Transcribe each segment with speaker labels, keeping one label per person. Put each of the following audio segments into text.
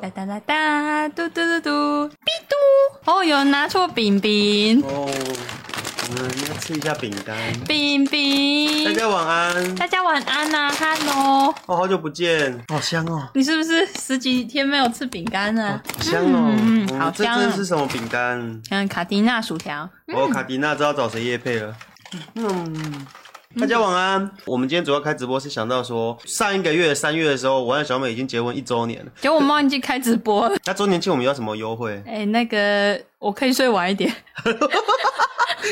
Speaker 1: 哒哒哒哒，嘟嘟嘟嘟，哔嘟！哦，有人拿错饼饼，
Speaker 2: 哦，我们要吃一下饼干。
Speaker 1: 饼
Speaker 2: 大
Speaker 1: 饼，
Speaker 2: 家晚安，
Speaker 1: 大家晚安呐、哈喽！
Speaker 2: 哦，好久不见，好香哦，
Speaker 1: 你是不是十几天没有吃饼干了？
Speaker 2: 好香哦，
Speaker 1: 嗯
Speaker 2: 嗯
Speaker 1: 好
Speaker 2: 这
Speaker 1: 香哦
Speaker 2: 这是什么饼干？
Speaker 1: 嗯，卡迪娜薯条，
Speaker 2: 哦，卡迪娜知道找谁夜配了。嗯，大家晚安。我们今天主要开直播是想到说，上一个月三月的时候，我和小美已经结婚一周年了。
Speaker 1: 结果我们忘记开直播了。
Speaker 2: 那周年庆我们要什么优 惠？
Speaker 1: 哎、那个我可以睡晚一点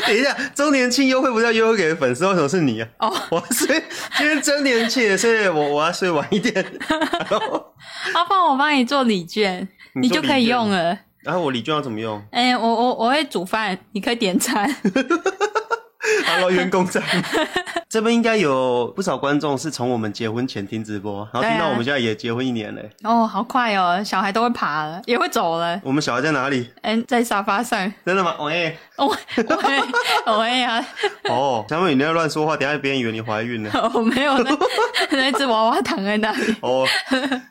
Speaker 2: 等一下，周年庆优惠不是要优惠给粉丝，为什么是你啊？
Speaker 1: 哦。
Speaker 2: 我睡，今天周年庆，所以我我要睡晚一点。然后，
Speaker 1: 阿放啊我帮你做礼券，
Speaker 2: 你
Speaker 1: 你
Speaker 2: 做
Speaker 1: 就可以
Speaker 2: 礼券
Speaker 1: 用了。
Speaker 2: 然后我礼券要怎么用？
Speaker 1: 哎、我我我会煮饭，你可以点餐。
Speaker 2: 哈喽，员工站。这边应该有不少观众是从我们结婚前听直播，然后听
Speaker 1: 对
Speaker 2: 到
Speaker 1: 啊
Speaker 2: 我们现在也结婚一年嘞、
Speaker 1: 哦，好快哦，小孩都会爬了，也会走了。
Speaker 2: 我们小孩在哪里？
Speaker 1: 嗯，在沙发上，
Speaker 2: 真的吗？哦哎、
Speaker 1: 我我啊我也要，
Speaker 2: 哦，小美你不要乱说话，等一下别人以为你怀孕 了。
Speaker 1: 我没有那那只娃娃躺在那里。
Speaker 2: 哦，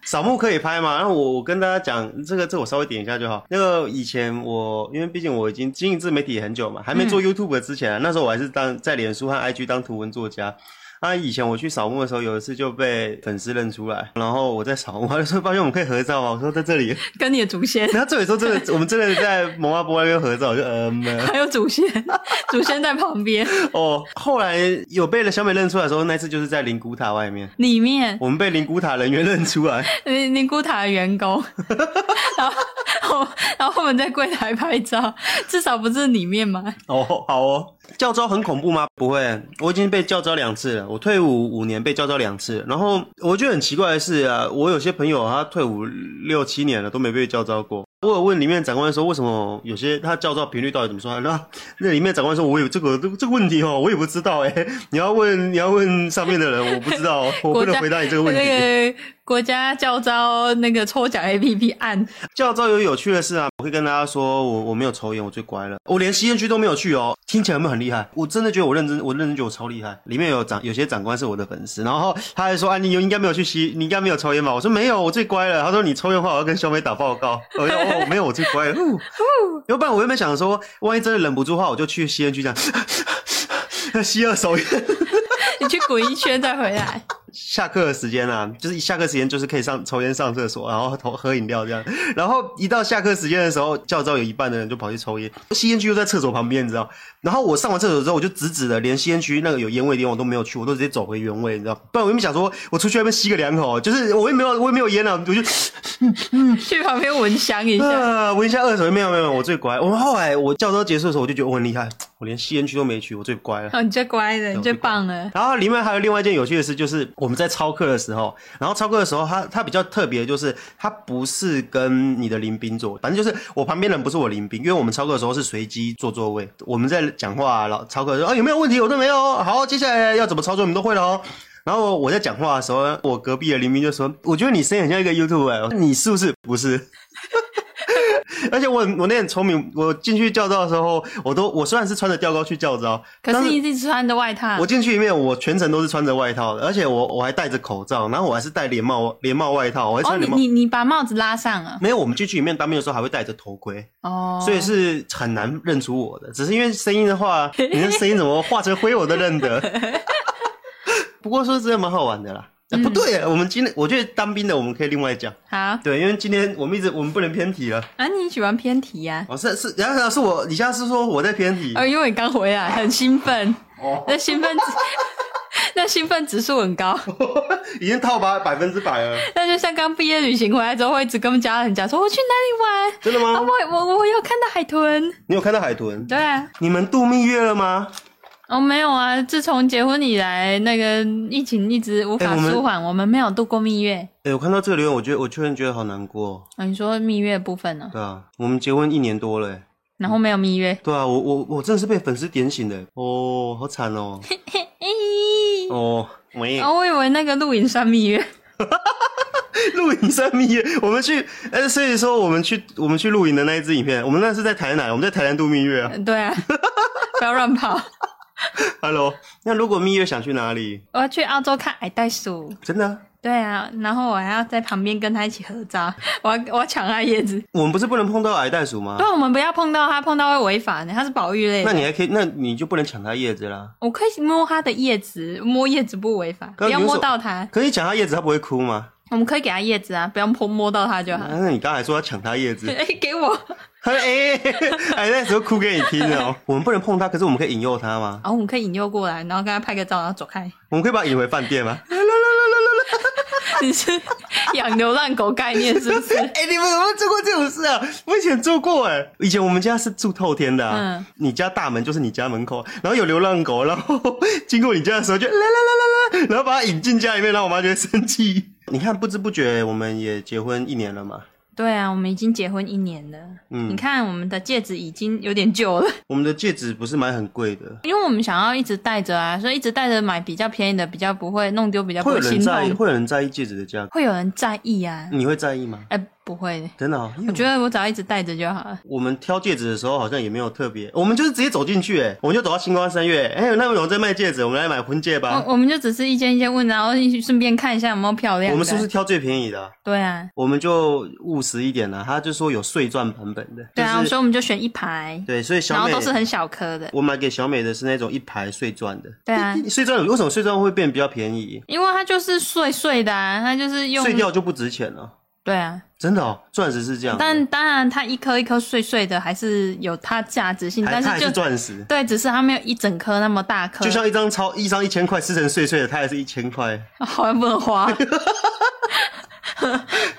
Speaker 2: 扫墓可以拍吗？然后我我跟大家讲，这个这我稍微点一下就好。那个以前我因为毕竟我已经经营自媒体很久嘛，还没做 YouTube 之前啊、那时候我还是当在脸书和 IG 当图文作家。啊，以前我去扫墓的时候，有一次就被粉丝认出来，然后我在扫墓，他就说发现我们可以合照吗？我说在这里。
Speaker 1: 跟你的祖 先，
Speaker 2: 然后这里说真的，我们真的在蒙阿波那边合照，我就嗯、呃
Speaker 1: 还有祖先，祖先在旁边，
Speaker 2: 哦。后来有被了小美认出来的时候，那次就是在灵骨塔外面，
Speaker 1: 里面
Speaker 2: 我们被灵骨塔人员认出来。
Speaker 1: 尼尼姑塔的员工， 然后然后然后我们在柜台拍照，至少不是里面嘛。
Speaker 2: 哦，好哦。教招很恐怖吗？不会，我已经被教招两次了。我退伍五年被教招两次，然后我觉得很奇怪的是啊，我有些朋友他退伍六七年了都没被教招过。我有问里面长官说，为什么有些他教招频率到底怎么说？那那里面长官说，我有这个这个问题哦，我也不知道哎、你要问你要问上面的人，我不知道哦，我不
Speaker 1: 国
Speaker 2: 能
Speaker 1: 家
Speaker 2: 回答你这个问题。
Speaker 1: 那个国家教招那个抽奖 A P P 按，
Speaker 2: 教招有有趣的事啊，我会跟大家说，我我没有抽烟，我最乖了，我连吸烟区都没有去哦。听起来有没有很厉害？我真的觉得我认真，我认真觉得我超厉害。里面有长有些长官是我的粉丝，然后他还说啊，你有应该没有去吸，你应该没有抽烟吧？我说没有，我最乖了。他说你抽烟的话，我要跟小美打报告。我说哦，没有，我最乖了。呜要不然我原本想说，万一真的忍不住的话，我就去吸烟区这样 吸二手烟。
Speaker 1: 你去滚一圈再回来。
Speaker 2: 下课的时间啊，就是一下课时间就是可以上抽烟、上厕所，然后喝喝饮料这样。然后一到下课时间的时候，教招有一半的人就跑去抽烟，吸烟区就在厕所旁边，你知道。然后我上完厕所之后，我就直直的，连吸烟区那个有烟味的地方我都没有去，我都直接走回原位，你知道。不然我原本想说，我出去外面吸个两口，就是我也没有我也没有烟啊，我就。
Speaker 1: 去旁边闻香一下。
Speaker 2: 啊，闻一下二手烟，没有没有，我最乖。我后来我教招结束的时候，我就觉得我很厉害，我连吸烟区都没去，我最乖了。
Speaker 1: 哦，你最乖了，你
Speaker 2: 嗯
Speaker 1: 最棒了。
Speaker 2: 然后里面还有另外一件有趣的事，就是我们在操课的时候，然后操课的时候它，它比较特别，就是它不是跟你的临兵坐，反正就是我旁边人不是我临兵，因为我们操课的时候是随机坐座位，我们在讲话，然后操课的时候啊有没有问题？我都没有哦，好，接下来要怎么操作你们都会了哦。然后我在讲话的时候，我隔壁的林斌就说：“我觉得你声音很像一个 YouTuber，你是不是？不是。” 而且我很我那很聪明，我进去教招的时候，我都我虽然是穿着吊高去教招，
Speaker 1: 可
Speaker 2: 但
Speaker 1: 是你一直穿着外套啊哦
Speaker 2: 我，进去里面，我全程都是穿着外套的，而且我我还戴着口罩，然后我还是戴连帽连帽外套，我还
Speaker 1: 哦，
Speaker 2: 穿
Speaker 1: 你
Speaker 2: 连帽。
Speaker 1: 你你把帽子拉上了，
Speaker 2: 没有，我们进去里面当面的时候还会戴着头盔，
Speaker 1: 哦，
Speaker 2: 所以是很难认出我的。只是因为声音 的话，你的声音怎么化成灰我都认得。不过说真的蛮好玩的啦。
Speaker 1: 嗯
Speaker 2: 啊不对，我们今天我觉得当兵的我们可以另外讲，
Speaker 1: 好
Speaker 2: 对，因为今天我们一直我们不能偏题了。
Speaker 1: 啊，你喜欢偏题呀、
Speaker 2: 哦，是是，然后是我，你现在是说我在偏题
Speaker 1: 啊？哦，因为你刚回 来，很兴奋，
Speaker 2: 哦，
Speaker 1: 那兴奋指， 那兴奋指数很 高。
Speaker 2: 已经套吧百分之百了，
Speaker 1: 那就像刚毕业旅行回来之后，会一直跟家人讲说我去哪里玩，
Speaker 2: 真的
Speaker 1: 啊，
Speaker 2: 吗？
Speaker 1: 我我我有看到海豚，
Speaker 2: 你有看到海豚？
Speaker 1: 对啊，
Speaker 2: 你们度蜜月了吗？
Speaker 1: 哦没有啊，自从结婚以来，那个疫情一直无
Speaker 2: 哎
Speaker 1: 法
Speaker 2: 我们
Speaker 1: 舒缓，我们没有度过蜜月。
Speaker 2: 哎、我看到这个留言，我觉得我确实觉得好难过。哦
Speaker 1: 啊、你说蜜月的部分呢、
Speaker 2: 对啊，我们结婚一年多了、哎
Speaker 1: 然后没有蜜 月，
Speaker 2: 对啊，我我我真的是被粉丝点醒的、哎哦，好 惨哦，哦， 喂，
Speaker 1: 哦，我以为那个露营算蜜月，
Speaker 2: 露营三蜜月，我们去，哎、所以说我们去我们去露营的那一支影片，我们那是在台南，我们在台南度蜜月啊。
Speaker 1: 嗯 对啊，不要乱跑。
Speaker 2: Hello，那如果蜜月想去哪里？
Speaker 1: 我要去澳洲看矮袋鼠，
Speaker 2: 真的啊、
Speaker 1: 对啊，然后我还要在旁边跟他一起合照， 我要我要抢他叶子。
Speaker 2: 我们不是不能碰到矮袋鼠吗
Speaker 1: 对，？我们不要碰到它，碰到会违法的。它是保育类
Speaker 2: 那
Speaker 1: 的，
Speaker 2: 你还可以，那你就不能抢它叶子啦。
Speaker 1: 我可以摸它的叶子，摸叶子不违法，不
Speaker 2: 可是
Speaker 1: 要
Speaker 2: 有时
Speaker 1: 摸
Speaker 2: 候
Speaker 1: 到它。
Speaker 2: 可是你抢它叶子，它不会哭吗？
Speaker 1: 我们可以给它叶子啊，不要摸摸到它就好。
Speaker 2: 那你刚才说要抢它 叶子，
Speaker 1: 哎、给我
Speaker 2: 他说：“哎、 哎，那时候哭给你听哦。我们不能碰它，可是我们可以引诱它吗？
Speaker 1: 然后哦我们可以引诱过来，然后跟他拍个照，然后走开。
Speaker 2: 我们可以把它引回饭店吗？
Speaker 1: 你是养流浪狗概念是不 是？
Speaker 2: 哎、你们有没有做过这种事啊？我以前做过哎、以前我们家是住透天的、啊，
Speaker 1: 嗯
Speaker 2: 你家大门就是你家门口，然后有流浪狗，然后经过你家的时候就啦啦啦啦啦，然后把它引进家里面，然后我妈就会生气。你看，不知不觉我们也结婚一年了嘛，
Speaker 1: 对啊，我们已经结婚一年了。
Speaker 2: 嗯
Speaker 1: 你看我们的戒指已经有点旧了，
Speaker 2: 我们的戒指不是买很贵的，
Speaker 1: 因为我们想要一直戴着啊，所以一直戴着买比较便宜的，比较不会弄丢，比较不
Speaker 2: 会有
Speaker 1: 会心
Speaker 2: 人在意，
Speaker 1: 痛，
Speaker 2: 会有人在意戒指的价格，
Speaker 1: 会有人在意啊。
Speaker 2: 你会在意吗？
Speaker 1: 哎、不会，
Speaker 2: 真的、哦，因为
Speaker 1: 我觉得我只要一直戴着就好了。
Speaker 2: 我们挑戒指的时候好像也没有特别，我们就是直接走进去，哎，我们就走到星光三月，哎、那有人在卖戒指，我们来买婚戒吧。
Speaker 1: 我我们就只是一件一件问，然后顺便看一下有没有漂亮的。
Speaker 2: 我们是不是挑最便宜的啊、
Speaker 1: 对啊，
Speaker 2: 我们就务实一点了、啊他就说有碎钻版本的，
Speaker 1: 对啊，
Speaker 2: 就是、
Speaker 1: 所以我们就选一排，
Speaker 2: 对，所以
Speaker 1: 然
Speaker 2: 小
Speaker 1: 后
Speaker 2: 美
Speaker 1: 都是很小颗的。
Speaker 2: 我买给小美的是那种一排碎钻的，
Speaker 1: 对啊，
Speaker 2: 碎钻为什么碎钻会变比较便宜？
Speaker 1: 因为它就是碎碎的啊，它就是用
Speaker 2: 碎掉就不值钱了，
Speaker 1: 对啊，
Speaker 2: 真的哦，钻石是这样的，
Speaker 1: 但当然它一颗一颗碎碎的还是有它价值性，
Speaker 2: 还
Speaker 1: 但
Speaker 2: 它还
Speaker 1: 是
Speaker 2: 是
Speaker 1: 就呃
Speaker 2: 钻石。
Speaker 1: 对，只是它没有一整颗那么大颗，
Speaker 2: 就像一张钞，一张一千块撕成碎碎的，它还是一千块。
Speaker 1: 好像不能花。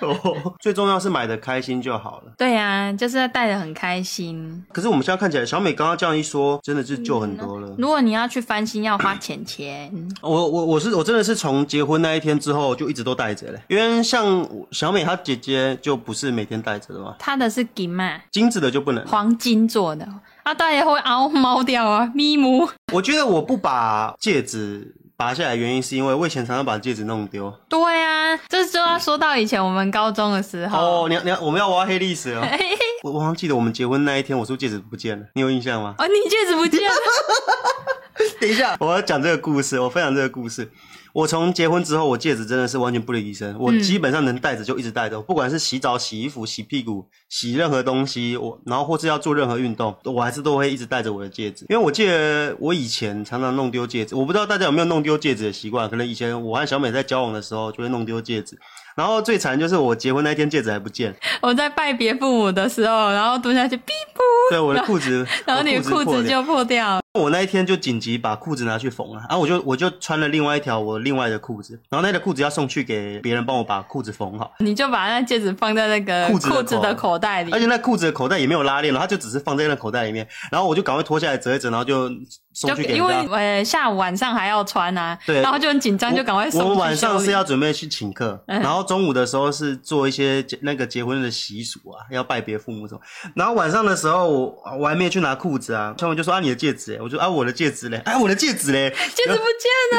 Speaker 2: 哦，最重要是买的开心就好了。
Speaker 1: 对啊，就是要戴的很开心。
Speaker 2: 可是我们现在看起来，小美刚刚这样一说，真的是救很多了。
Speaker 1: 如果你要去翻新，要花钱钱。
Speaker 2: 我我我是我真的是从结婚那一天之后就一直都戴着嘞，因为像小美她姐姐就不是每天戴着的嘛，
Speaker 1: 它的是金嘛，
Speaker 2: 金子的就不能。
Speaker 1: 黄金做的，啊，戴了会凹猫掉啊，咪姆。
Speaker 2: 我觉得我不把戒指拔下来，原因是因为我以前常常把戒指弄丢。
Speaker 1: 对啊，这就要说到以前我们高中的时候。
Speaker 2: 哦，你要你要我们要挖黑历史哦。
Speaker 1: 哎、
Speaker 2: 我我好像记得我们结婚那一天，我说戒指不见了，你有印象吗？
Speaker 1: 哦，你戒指不 见了。
Speaker 2: 等一下，我要讲这个故事，我分享这个故事。我从结婚之后，我戒指真的是完全不离
Speaker 1: 嗯
Speaker 2: 身，我基本上能戴着就一直戴着，不管是洗澡、洗衣服、洗屁股、洗任何东西，我然后或是要做任何运动，我还是都会一直戴着我的戒指，因为我记得我以前常常弄丢戒指，我不知道大家有没有弄丢戒指的习惯，可能以前我和小美在交往的时候就会弄丢戒指。然后最惨就是我结婚那天戒指还不见，
Speaker 1: 我在拜别父母的时候，然后蹲下去，哔
Speaker 2: 哦
Speaker 1: 噗，
Speaker 2: 对我的裤子，
Speaker 1: 然后
Speaker 2: 我
Speaker 1: 你的裤
Speaker 2: 破
Speaker 1: 子
Speaker 2: 掉
Speaker 1: 就破掉了。
Speaker 2: 我那一天就紧急把裤子拿去缝了，然、啊、后我就我就穿了另外一条我另外的裤子，然后那条裤子要送去给别人帮我把裤子缝好，
Speaker 1: 你就把那戒指放在那个
Speaker 2: 裤子的口哎
Speaker 1: 裤子的口袋里
Speaker 2: 而。且那裤子的口袋也没有拉链了，它就只是放在那口袋里面，然后我就赶快脱下来折一折，然后就送
Speaker 1: 就
Speaker 2: 去给
Speaker 1: 因为
Speaker 2: 人家。
Speaker 1: 呃下午晚上还要穿啊，
Speaker 2: 对
Speaker 1: 然后就很紧张，就赶快送
Speaker 2: 我
Speaker 1: 去嗯
Speaker 2: 我们晚上
Speaker 1: 修理
Speaker 2: 是要准备去请客，然后中午的时候是做一些结那个结婚的习俗啊，要拜别父母什么。然后晚上的时候我我还没有去拿裤子啊，他们就说啊你的戒指欸，我就啊我的戒指嘞，哎我的戒指嘞，
Speaker 1: 戒指不见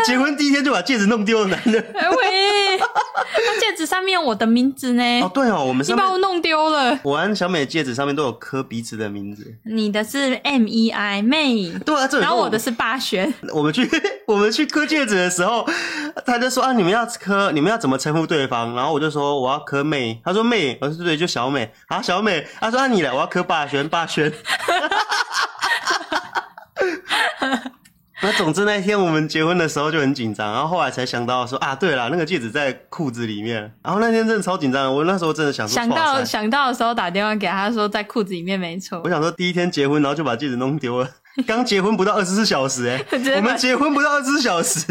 Speaker 2: 结婚第一天就把戒指弄丢了，男人。
Speaker 1: 了，哎喂，那戒指上面有我的名字呢，
Speaker 2: 哦对哦，我们
Speaker 1: 你
Speaker 2: 上面
Speaker 1: 把我弄丢了。
Speaker 2: 我和小美的戒指上面都有刻彼此的名字。
Speaker 1: 你的是 M E I 妹，
Speaker 2: 对啊，这
Speaker 1: 然后我的
Speaker 2: 是
Speaker 1: 是霸轩，
Speaker 2: 我们去我们去刻戒指的时候，他就说啊，你们要刻，你们要怎么称呼对方？然后我就说我要刻妹，他说妹，我说对，就小美啊，小美，他说啊你来，我要刻霸轩，霸轩。 那总之那一天我们结婚的时候就很紧张，然后后来才想到说啊，对了，那个戒指在裤子里面。然后那天真的超紧张的，我那时候真的想说，
Speaker 1: 想
Speaker 2: 哇
Speaker 1: 到
Speaker 2: 塞
Speaker 1: 想到的时候打电话给他说在裤子里面没错
Speaker 2: 我，想说第一天结婚，然后就把戒指弄丢了。刚结婚不到二十四小时、欸，
Speaker 1: 直接把
Speaker 2: 我们结婚不到二十四小时，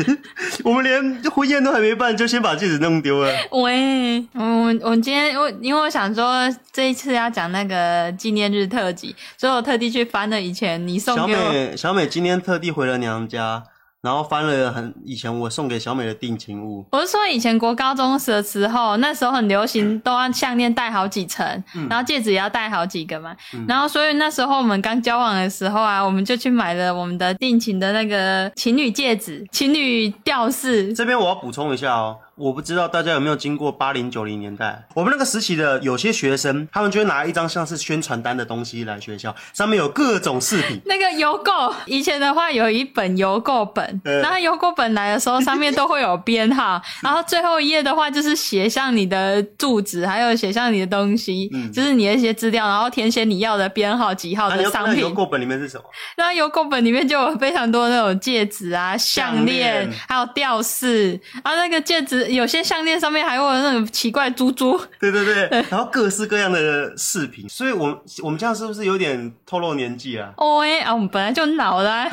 Speaker 2: 我们连婚宴都还没办，就先把戒指弄丢了。
Speaker 1: 喂，嗯我我今天我因为我想说这一次要讲那个纪念日特辑，所以我特地去翻了以前你送
Speaker 2: 小
Speaker 1: 给我，
Speaker 2: 美，小美今天特地回了娘家，然后翻了很以前我送给小美的定情物。
Speaker 1: 我是说以前国高中时的时候，那时候很流行都要项链戴好几层，
Speaker 2: 嗯
Speaker 1: 然后戒指也要戴好几个嘛，然后所以那时候我们刚交往的时候啊，我们就去买了我们的定情的那个情侣戒指、情侣吊饰，。
Speaker 2: 这边我要补充一下哦，我不知道大家有没有经过八零九零年代，我们那个时期的有些学生，他们就会拿一张像是宣传单的东西来学校，上面有各种饰品
Speaker 1: 那个邮购，以前的话有一本邮购本，
Speaker 2: 嗯
Speaker 1: 然后邮购本来的时候上面都会有编 号，然后最后一页的话就是写上你的住址，还有写上你的东西，
Speaker 2: 嗯
Speaker 1: 就是你的一些资料，然后填写你要的编号、几号
Speaker 2: 那啊你
Speaker 1: 的
Speaker 2: 要看
Speaker 1: 哦商
Speaker 2: 那邮
Speaker 1: 品。
Speaker 2: 购本里面是什么？
Speaker 1: 然后邮购本里面就有非常多那种戒指啊、项
Speaker 2: 项
Speaker 1: 链，
Speaker 2: 链
Speaker 1: 还有吊饰，然后那个戒指有些项链上面还会有那种奇怪珠 珠。
Speaker 2: 对对对，然后各式各样的饰品，所以我们我们这样是不是有点透露年纪啊？
Speaker 1: 哦哎、啊，我们本来就老了、啊，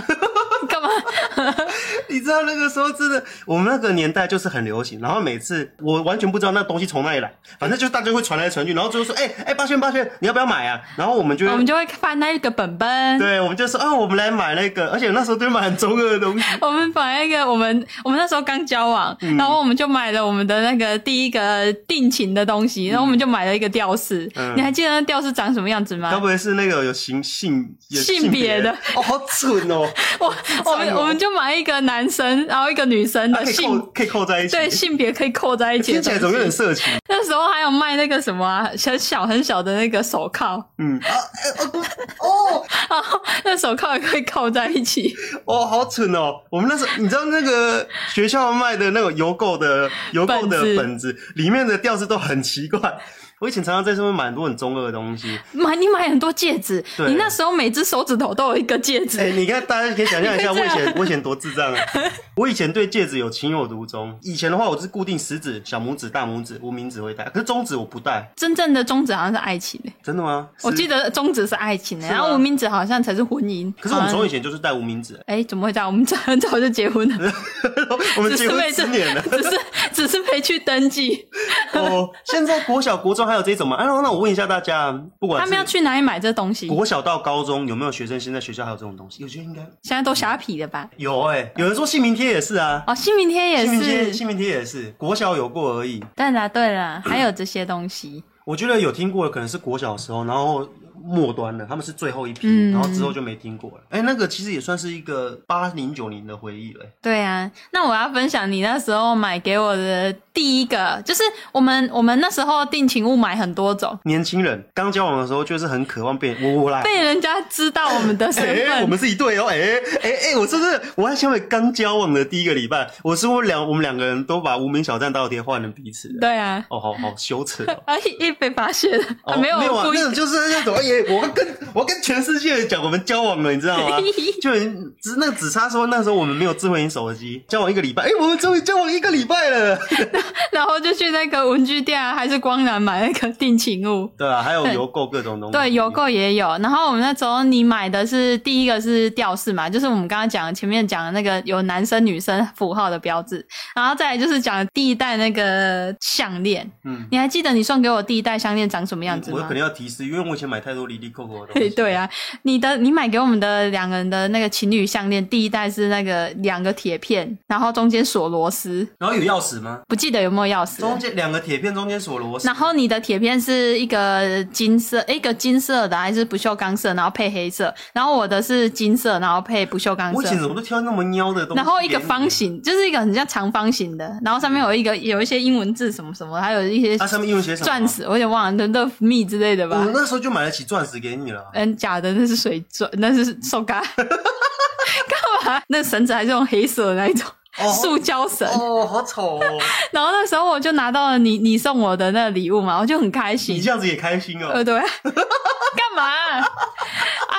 Speaker 1: 干嘛？
Speaker 2: 你知道那个时候真的，我们那个年代就是很流行，然后每次我完全不知道那东西从哪里来，反正就大家会传来传去，然后最后说，哎、哎、八轩八轩，你要不要买啊？然后我们就会
Speaker 1: 我们就会翻那个本本。
Speaker 2: 对，我们就说啊，我们来买那个，而且那时候都买很中二的 东西，
Speaker 1: 我们把那个我们我们那时候刚交往，
Speaker 2: 嗯
Speaker 1: 然后我们就买了我们的那个第一个定情的东西，然后我们就买了一个吊饰。
Speaker 2: 嗯
Speaker 1: 你还记得那吊饰长什么样子
Speaker 2: 该
Speaker 1: 吗？
Speaker 2: 不会是那个有性性有
Speaker 1: 性
Speaker 2: 性
Speaker 1: 别的
Speaker 2: 哦，好蠢哦，
Speaker 1: 我我们
Speaker 2: 长哦
Speaker 1: 我们就买一个男生，然后一个女生
Speaker 2: 它
Speaker 1: 的
Speaker 2: 啊可以
Speaker 1: 性
Speaker 2: 扣，可以扣在一起，
Speaker 1: 对性别可以扣在一起的
Speaker 2: 听起来怎么有
Speaker 1: 东
Speaker 2: 点
Speaker 1: 西。
Speaker 2: 色情？
Speaker 1: 那时候还有卖那个什么、啊、很小很小的那个手铐，
Speaker 2: 嗯啊，哎哦哦
Speaker 1: 然后那手铐也可以扣在一起。
Speaker 2: 哦，好蠢哦！我们那时候，你知道那个学校卖的那种邮购 的邮购
Speaker 1: 本
Speaker 2: 的
Speaker 1: 子
Speaker 2: 本子里面的吊饰都很奇怪。我以前常常在上面买很多很中二的东西。
Speaker 1: 买你买很多戒指，
Speaker 2: 对
Speaker 1: 你那时候每只手指头都有一个戒指。
Speaker 2: 哎、你看，大家可以 想象一下，
Speaker 1: 你会这
Speaker 2: 我以
Speaker 1: 样
Speaker 2: 前我以前多智障啊！我以前对戒指有情有独钟。以前的话，我是固定食指、小拇指、大拇指、无名指会戴，可是中指我不戴。
Speaker 1: 真正的宗旨好像是爱情、欸
Speaker 2: 真的吗？
Speaker 1: 我记
Speaker 2: 得。
Speaker 1: 得宗旨是爱情的、
Speaker 2: 是吗
Speaker 1: 然后无名指好像才是婚姻。
Speaker 2: 可是我们
Speaker 1: 好
Speaker 2: 从
Speaker 1: 像
Speaker 2: 以前就是戴无名指、
Speaker 1: 哎、怎么会这样？我们这很早就 结婚了，
Speaker 2: 我们
Speaker 1: 只
Speaker 2: 结
Speaker 1: 是
Speaker 2: 婚
Speaker 1: 没
Speaker 2: 十年了。
Speaker 1: 只是只是没去登记。
Speaker 2: 哦，现在国小、国中还有这种吗？哎、那我问一下大家，不管
Speaker 1: 他们要
Speaker 2: 是
Speaker 1: 去哪里买这东西？
Speaker 2: 国小到高中，有没有学生现在学校还有这种东西？我觉得应该
Speaker 1: 现在都虾皮的吧？
Speaker 2: 有哎、有人说姓名贴也是啊，
Speaker 1: 哦，姓名贴
Speaker 2: 姓名
Speaker 1: 也
Speaker 2: 贴
Speaker 1: 是。
Speaker 2: 姓名贴也是，国小有过而已。
Speaker 1: 对啦对 啦，还有这些东西。
Speaker 2: 我觉得有听过的可能是国小的时候，然后末端的，他们是最后一批，
Speaker 1: 嗯
Speaker 2: 然后之后就没听过了。哎、那个其实也算是一个八零九零的回忆了、哎
Speaker 1: 对啊，那我要分享你那时候买给我的第一个，就是我们我们那时候定情物买很多 种，
Speaker 2: 年轻人刚交往的时候，就是很渴望被我我来。
Speaker 1: 被人家知道我们的身
Speaker 2: 哎、
Speaker 1: 份。
Speaker 2: 我们是一对哦，哎哎哎，我真的，我还想起刚交往的第一个礼拜，我是我两我们两个人都把无名小站倒贴换了彼此的，
Speaker 1: 对啊，
Speaker 2: 哦，好好羞耻哦。
Speaker 1: 啊一一被发现了，
Speaker 2: 哦，
Speaker 1: 没有
Speaker 2: 没有啊
Speaker 1: 故，意
Speaker 2: 那种就是那种，哎、我要跟我要跟全世界人讲我们交往了，你知道吗？就很只那个只差说那时候我们没有智慧型手机，交往一个礼拜，哎、我们终于交往一个礼拜了，
Speaker 1: 然后就去那个文具店、啊、还是光南买那个定情物。
Speaker 2: 对啊，还有邮购各种东西，
Speaker 1: 对，邮购也有。然后我们那时候你买的是第一个是吊饰嘛，就是我们刚刚讲前面讲的那个有男生女生符号的标志，然后再来就是讲第一代那个项链。
Speaker 2: 嗯
Speaker 1: 你还记得你送给我第一代项链长什么样子
Speaker 2: 我
Speaker 1: 吗
Speaker 2: 肯？定要提示，因为我以前买太多离离扣扣的东
Speaker 1: 对
Speaker 2: 西，
Speaker 1: 对啊，你的你买给我们的两个人的那个情侣项链，第一代是那个两个铁片，然后中间锁螺丝，
Speaker 2: 然后有钥匙吗？
Speaker 1: 不记得有没有钥匙了。啊
Speaker 2: 中间两个铁片中间锁螺丝，
Speaker 1: 然后你的铁片是一个金色，一个金色的还是不锈钢色，然后配黑色。然后我的是金色，然后配不锈钢
Speaker 2: 我以前
Speaker 1: 色。
Speaker 2: 怎么都挑那么喵的东西，
Speaker 1: 然后一个方，形，就是一个很像长方形的，然后上面有一个有一些英文字什么什么，还有一些
Speaker 2: 它、啊、上面英文写什么？
Speaker 1: 钻，石，我有点忘了，love me 之类的吧
Speaker 2: 我。那时候就买得起钻石给你了。
Speaker 1: 嗯，假的，那是水 钻，那是手嘎。 干嘛？那绳子还是用黑色的那一种
Speaker 2: 哦
Speaker 1: 塑胶绳。
Speaker 2: 哦，好丑 哦！
Speaker 1: 然后那时候我就拿到了你你送我的那个礼物嘛，我就很开心
Speaker 2: 你。这样子也开心哦。
Speaker 1: 呃，对， 干嘛啊？啊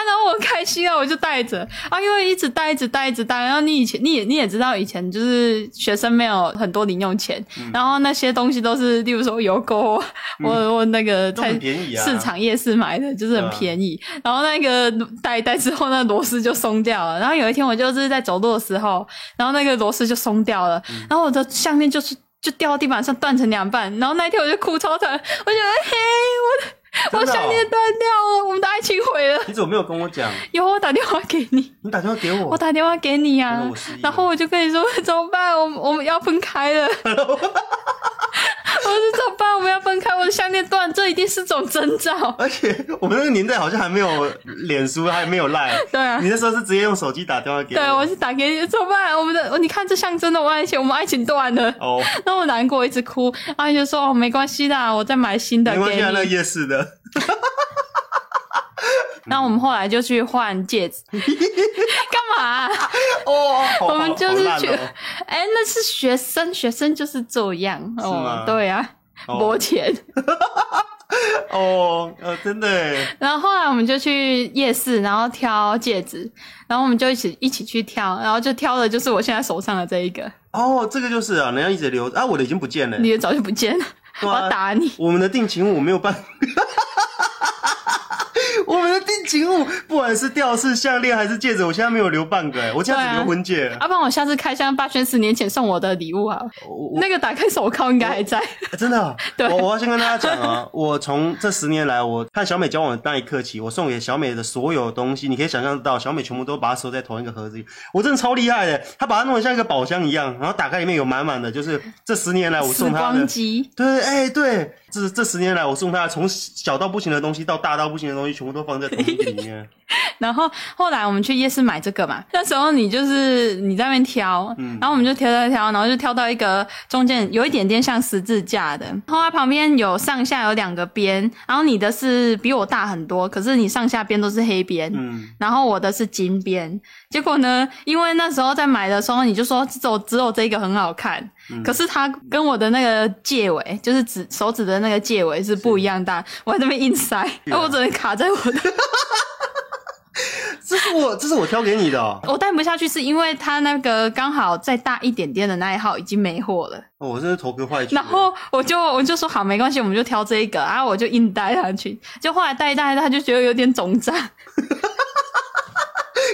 Speaker 1: 然后我很开心啊，我就带着啊，因为一直带，一直带，一直带。然后你以前你也你也知道，以前就是学生没有很多零用钱，
Speaker 2: 嗯
Speaker 1: 然后那些东西都是，例如说邮 购，我我那个
Speaker 2: 都
Speaker 1: 在
Speaker 2: 很便宜啊
Speaker 1: 市场夜市买的，就是很
Speaker 2: 对啊
Speaker 1: 便宜。然后那个带一带之后，那螺丝就松掉了。然后有一天我就是在走路的时候，然后那个螺丝就松掉了，
Speaker 2: 嗯
Speaker 1: 然后我的项链就是。就掉到地板上断成两半，然后那一天我就哭超惨，我觉得嘿，我的我
Speaker 2: 真的哦
Speaker 1: 项链断掉了，我们的爱情毁了。
Speaker 2: 你怎么没有跟我讲？
Speaker 1: 以后我打电话给你，
Speaker 2: 你打电话给我，
Speaker 1: 我打电话给你啊
Speaker 2: 原来我失忆了，
Speaker 1: 然后我就跟你说怎么办，我们我们要分开了。是怎么办？我们要分开，我的项链断，这一定是种征兆。
Speaker 2: 而且我们那个年代好像还没有脸书，还没有赖。
Speaker 1: 对啊
Speaker 2: 你那时候是直接用手机打电话给
Speaker 1: 对，
Speaker 2: 我
Speaker 1: 我是打给你，怎么办？我们的，你看这象征了我们爱情，我们爱情断了。
Speaker 2: 哦，
Speaker 1: 那我难过，一直哭，然后你就说哦，没关系啦，我再买新的
Speaker 2: 没关
Speaker 1: 给
Speaker 2: 系啊，那
Speaker 1: 你。
Speaker 2: 夜市的。
Speaker 1: 那我们后来就去换戒 指，干嘛啊、
Speaker 2: 哦，好
Speaker 1: 我们就是
Speaker 2: 好好
Speaker 1: 去
Speaker 2: 烂哦
Speaker 1: 哎、那是学生，学生就是这样
Speaker 2: 吗
Speaker 1: 哦，对啊，
Speaker 2: 哦
Speaker 1: 没钱。
Speaker 2: 哦，呃，真的耶，
Speaker 1: 然后后来我们就去夜市，然后挑戒指，然后我们就一起一起去挑，然后就挑的就是我现在手上的这一个，
Speaker 2: 哦，这个就是啊，人家一直留啊，我的已经不见了。
Speaker 1: 你的早就不见了，
Speaker 2: 对
Speaker 1: 我
Speaker 2: 啊
Speaker 1: 要打你。
Speaker 2: 我们的定情物没有办 我们的定情物，不管是吊饰、项链还是戒指，我现在没有留半个、哎，我现在只
Speaker 1: 对啊
Speaker 2: 留婚戒。
Speaker 1: 要、不然我下次开箱霸轩十年前送我的礼物啊，
Speaker 2: 我
Speaker 1: 那个打开手铐应该还在。
Speaker 2: 欸真的啊、
Speaker 1: 对
Speaker 2: 我我要先跟大家讲啊， 我从这十年来，我和小美交往的那一刻起，我送给小美的所有东西，你可以想象得到，小美全部都把它收在同一个盒子里。我真的超厉害的，她把它弄得像一个宝箱一样，然后打开里面有满满的，就是这十年来我
Speaker 1: 时
Speaker 2: 送她的
Speaker 1: 光。机，
Speaker 2: 对，哎、对，这这十年来我送她从小到不行的东西到大到不行的东西，全部都放在同一个里 面。
Speaker 1: 然后后来我们去夜市买这个嘛，那时候你就是你在那边挑，
Speaker 2: 嗯
Speaker 1: 然后我们就挑挑挑，然后就挑到一个中间有一点点像十字架的，然后它旁边有上下有两个边，然后你的是比我大很多，可是你上下边都是黑边，
Speaker 2: 嗯，
Speaker 1: 然后我的是金边。结果呢，因为那时候在买的时候你就说只有只有这个很好看，
Speaker 2: 嗯
Speaker 1: 可是它跟我的那个戒尾，就是指手指的那个戒尾是不一样大，我还在那边硬塞，
Speaker 2: 啊
Speaker 1: 然后我只能卡在我的
Speaker 2: 这是我这是我挑给你的哦，
Speaker 1: 我戴不下去是因为它那个刚好再大一点点的那一号已经没货了，
Speaker 2: 哦我真是头皮坏去
Speaker 1: 然
Speaker 2: 了。
Speaker 1: 后我就我就说好没关系，我们就挑这一个，然后我就硬戴上去，就后来戴一戴，他就觉得有点肿胀，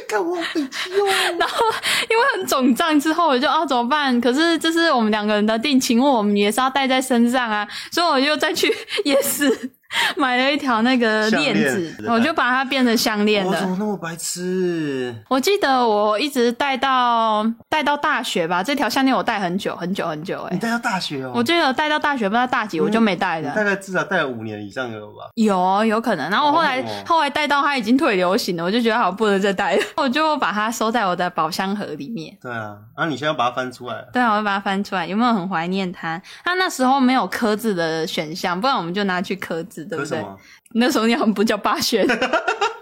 Speaker 2: 看我很气哦，
Speaker 1: 然后因为很肿胀之后，我就啊怎么办？可是这是我们两个人的定情物，我们也是要戴在身上啊，所以我就再去夜市。买了一条那个
Speaker 2: 项
Speaker 1: 链
Speaker 2: 链
Speaker 1: 子，我就把它变成项链
Speaker 2: 我怎
Speaker 1: 了。
Speaker 2: 么那么白痴？
Speaker 1: 我记得我一直戴到戴到大学吧，这条项链我戴很久很久很久、欸，
Speaker 2: 你带到大学哦、
Speaker 1: 我记得有带到大学，不知道大几，我就没带
Speaker 2: 你
Speaker 1: 了。
Speaker 2: 大概至少带了五年以上有吧？
Speaker 1: 有有可能，然后我后来、
Speaker 2: 哦
Speaker 1: 后来带到它已经退流行了，我就觉得好不能再带了， 我就把它收在我的宝箱盒里面。
Speaker 2: 对啊，然、后你现在把它翻出来了，
Speaker 1: 对啊，我就把它翻出来，有没有很怀念它？它那时候没有刻字的选项，不然我们就拿去刻字，对
Speaker 2: 为
Speaker 1: 不
Speaker 2: 什
Speaker 1: 对？
Speaker 2: 么？
Speaker 1: 那时候你很不叫霸 轩，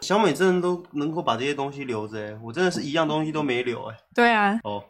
Speaker 2: 小美真的都能够把这些东西留着、欸，我真的是一样东西都没留哎、
Speaker 1: 对啊，
Speaker 2: 哦。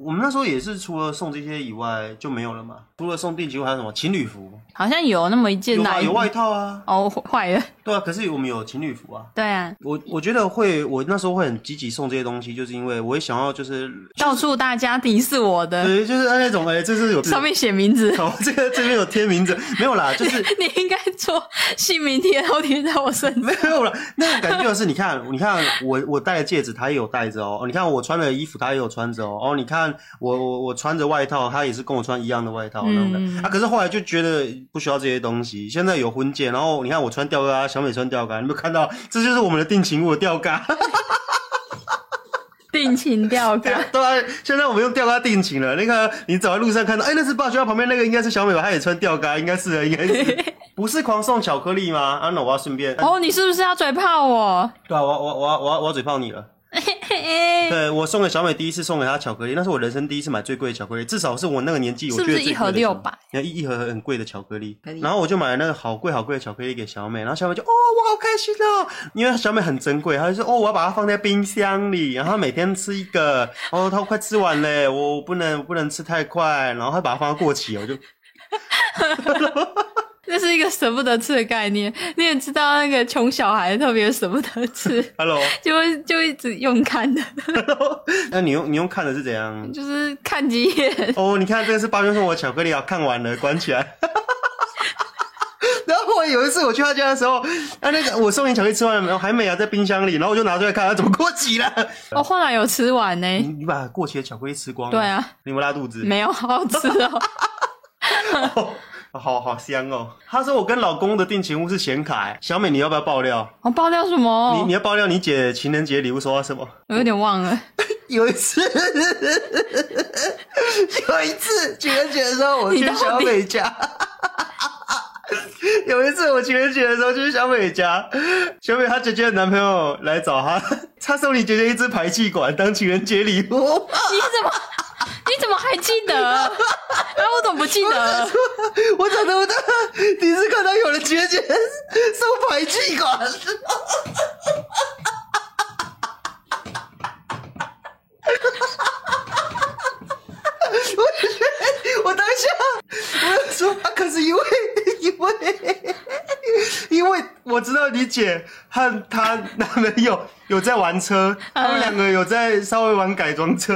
Speaker 2: 我们那时候也是除了送这些以外就没有了嘛，除了送定情物还有什么情侣服？
Speaker 1: 好像有那么一件
Speaker 2: 有
Speaker 1: 哪
Speaker 2: 啊，
Speaker 1: 一
Speaker 2: 有外套啊，
Speaker 1: 哦坏了，
Speaker 2: 对啊，可是我们有情侣服啊。
Speaker 1: 对啊，
Speaker 2: 我我觉得会，我那时候会很积极送这些东西，就是因为我也想要就是，
Speaker 1: 告诉大家迪是我的，
Speaker 2: 对，就是那种哎、这是有
Speaker 1: 上面写名字，
Speaker 2: 哦，这个这边有贴名字，没有啦，就是
Speaker 1: 你应该做姓名贴，然后贴在我身上。
Speaker 2: 没有了，那种感觉就是，你看，你看我我戴的戒指，他也有戴着哦。哦你看我穿的衣服，他也有穿着哦。哦，你看我我我穿着外套，他也是跟我穿一样的外套那种的、
Speaker 1: 嗯
Speaker 2: 啊。可是后来就觉得不需要这些东西。现在有婚戒，然后你看我穿吊嘎，小美穿吊嘎，你有没有看到？这就是我们的定情物吊嘎。
Speaker 1: 定情吊
Speaker 2: 对
Speaker 1: 嘎
Speaker 2: 啊。对啊，现在我们用吊嘎定情了。那个你走在路上看到，哎、那是爸学校旁边那个应该是小美吧？她也穿吊嘎，应该是啊的，应 该是。不是狂送巧克力吗？啊，那我要顺便，
Speaker 1: 哦，你是不是要嘴炮 我？
Speaker 2: 对啊，我要我要我要我要我要嘴炮你了。对我送给小美第一次送给她巧克力，那是我人生第一次买最贵的巧克力，至少是我那个年纪我
Speaker 1: 是
Speaker 2: 觉
Speaker 1: 不是
Speaker 2: 得最贵的
Speaker 1: 一盒
Speaker 2: 巧克
Speaker 1: 600
Speaker 2: 力？一一盒很贵的巧克力
Speaker 1: 可以，
Speaker 2: 然后我就买了那个好贵好贵的巧克力给小美，然后小美就哦我好开心哦，因为小美很珍贵，她就说哦我要把它放在冰箱里，然后她每天吃一个，哦她快吃完嘞，我不能不能吃太快，然后她把它放到过期，哦我就，
Speaker 1: 这是一个舍不得吃的概念。你也知道，那个穷小孩特别舍不得吃
Speaker 2: hello，
Speaker 1: 就会就一直用看的，
Speaker 2: 那你用你用看的是怎样？
Speaker 1: 就是看几 眼。
Speaker 2: 哦，你看这个是八圈送我的巧克力啊，看完了关起来。 然后我有一次我去他家的时候，啊，那个我送你巧克力吃完了没有？还没啊，在冰箱里。然后我就拿出来看，它啊怎么过期了？
Speaker 1: 我哦后来有吃完呢、
Speaker 2: 你你把过期的巧克力吃光了？
Speaker 1: 对啊，
Speaker 2: 你有没有拉肚子？
Speaker 1: 没有好好吃 哦。
Speaker 2: 哦好好香哦！他说我跟老公的定情物是显卡、哎小美，你要不要爆料？
Speaker 1: 哦我爆料什
Speaker 2: 你
Speaker 1: 么
Speaker 2: 你？要爆料你姐情人节礼物收到什么？
Speaker 1: 我有点忘了。
Speaker 2: 有一次， 有一次情人节的时候，我去
Speaker 1: 你到底
Speaker 2: 小美家。有一次我情人节的时候，去小美家，小美她姐姐的男朋友来找她，她送你姐姐一支排气管当情人节礼物。
Speaker 1: 你怎么你怎么还记得？ 然啊后我怎么不记得？
Speaker 2: 我长那么大第一次看到有人情人节送排气管。我觉得我当下我要说啊，可是因为因为因为我知道你姐和她男朋友 有在玩车，他们两个有在稍微玩改装车，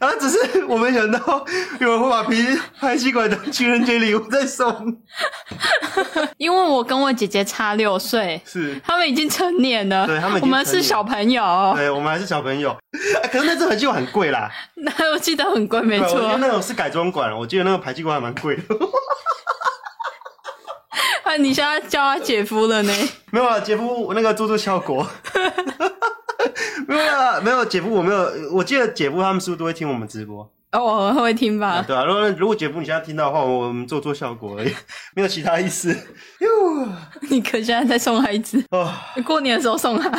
Speaker 2: 然后只是我没想到有人会把皮排气管当情人节礼物在送，
Speaker 1: 因为我跟我姐姐差六岁，
Speaker 2: 是。
Speaker 1: 他们已经成年了，
Speaker 2: 对他们已经
Speaker 1: 我们
Speaker 2: 成
Speaker 1: 是
Speaker 2: 年
Speaker 1: 小朋友。
Speaker 2: 哎对，我们还是小朋友， 啊、可是那支排气管很贵啦，
Speaker 1: 那我记得很贵，没
Speaker 2: 对，我觉得
Speaker 1: 错。
Speaker 2: 那种是改装管，我记得那个排气管还蛮贵的。
Speaker 1: 啊，你现在叫他姐夫了呢？
Speaker 2: 没有啊，姐夫，我那个做做效果。没有啊，没有姐夫，我没有，我记得姐夫他们是不是都会听我们直播？
Speaker 1: 哦，我会听
Speaker 2: 啊，
Speaker 1: 吧？
Speaker 2: 对啊，如果如果姐夫你现在听到的话，我们做做效果而已， 没有其他意思。哟
Speaker 1: 你可现在在送孩 子，
Speaker 2: 哦，
Speaker 1: 过年的时候送他。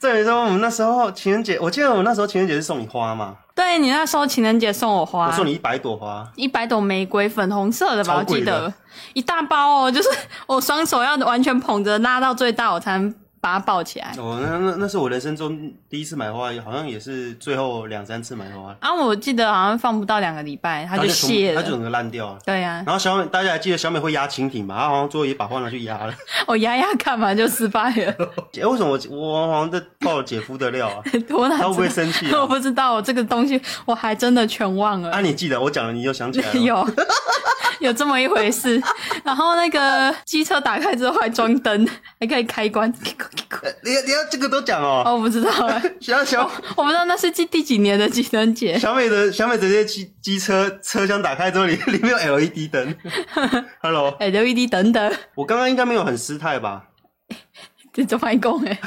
Speaker 2: 这里说我们那时候情人节，我记得我们那时候情人节是送你花嘛，
Speaker 1: 对你那时候情人节送我花，
Speaker 2: 我送你一百朵花，
Speaker 1: 一百朵玫瑰，粉红色的吧，
Speaker 2: 超
Speaker 1: 我
Speaker 2: 贵
Speaker 1: 记
Speaker 2: 的
Speaker 1: 得一大包哦，就是我双手要完全捧着拉到最大，我才能把它抱起来。
Speaker 2: 哦，那那那是我人生中第一次买花，好像也是最后两三次买花，
Speaker 1: 啊，我记得好像放不到两个礼拜，它
Speaker 2: 它
Speaker 1: 就
Speaker 2: 从
Speaker 1: 谢
Speaker 2: 它就
Speaker 1: 了。
Speaker 2: 整个烂掉了。
Speaker 1: 对啊呀、
Speaker 2: 然后小美，大家还记得小美会压蜻蜓嘛？她好像最后也把花拿去压了。
Speaker 1: 我压压看嘛就失败 了，
Speaker 2: 哎、为什么我我好像在爆了姐夫的料 啊？
Speaker 1: 我哪
Speaker 2: 他会不会
Speaker 1: 知道？
Speaker 2: 生气、
Speaker 1: 我
Speaker 2: 啊？
Speaker 1: 不知道，我这个东西我还真的全忘了。
Speaker 2: 啊，你记得我讲了，你就想起来了。
Speaker 1: 有有这么一回事，然后那个机车打开之后还装灯，还可以开关。
Speaker 2: 呃你要你要这个都讲哦。
Speaker 1: 哦，我不知道了，
Speaker 2: 小小
Speaker 1: 我不知道那是第第几年的情人节。
Speaker 2: 小美的小美直接机机车车厢打开之后，里里面有 LED 灯。Hello，
Speaker 1: 哎、刘 e d 等等，
Speaker 2: 我刚刚应该没有很失 态吧？
Speaker 1: 这怎么讲哎？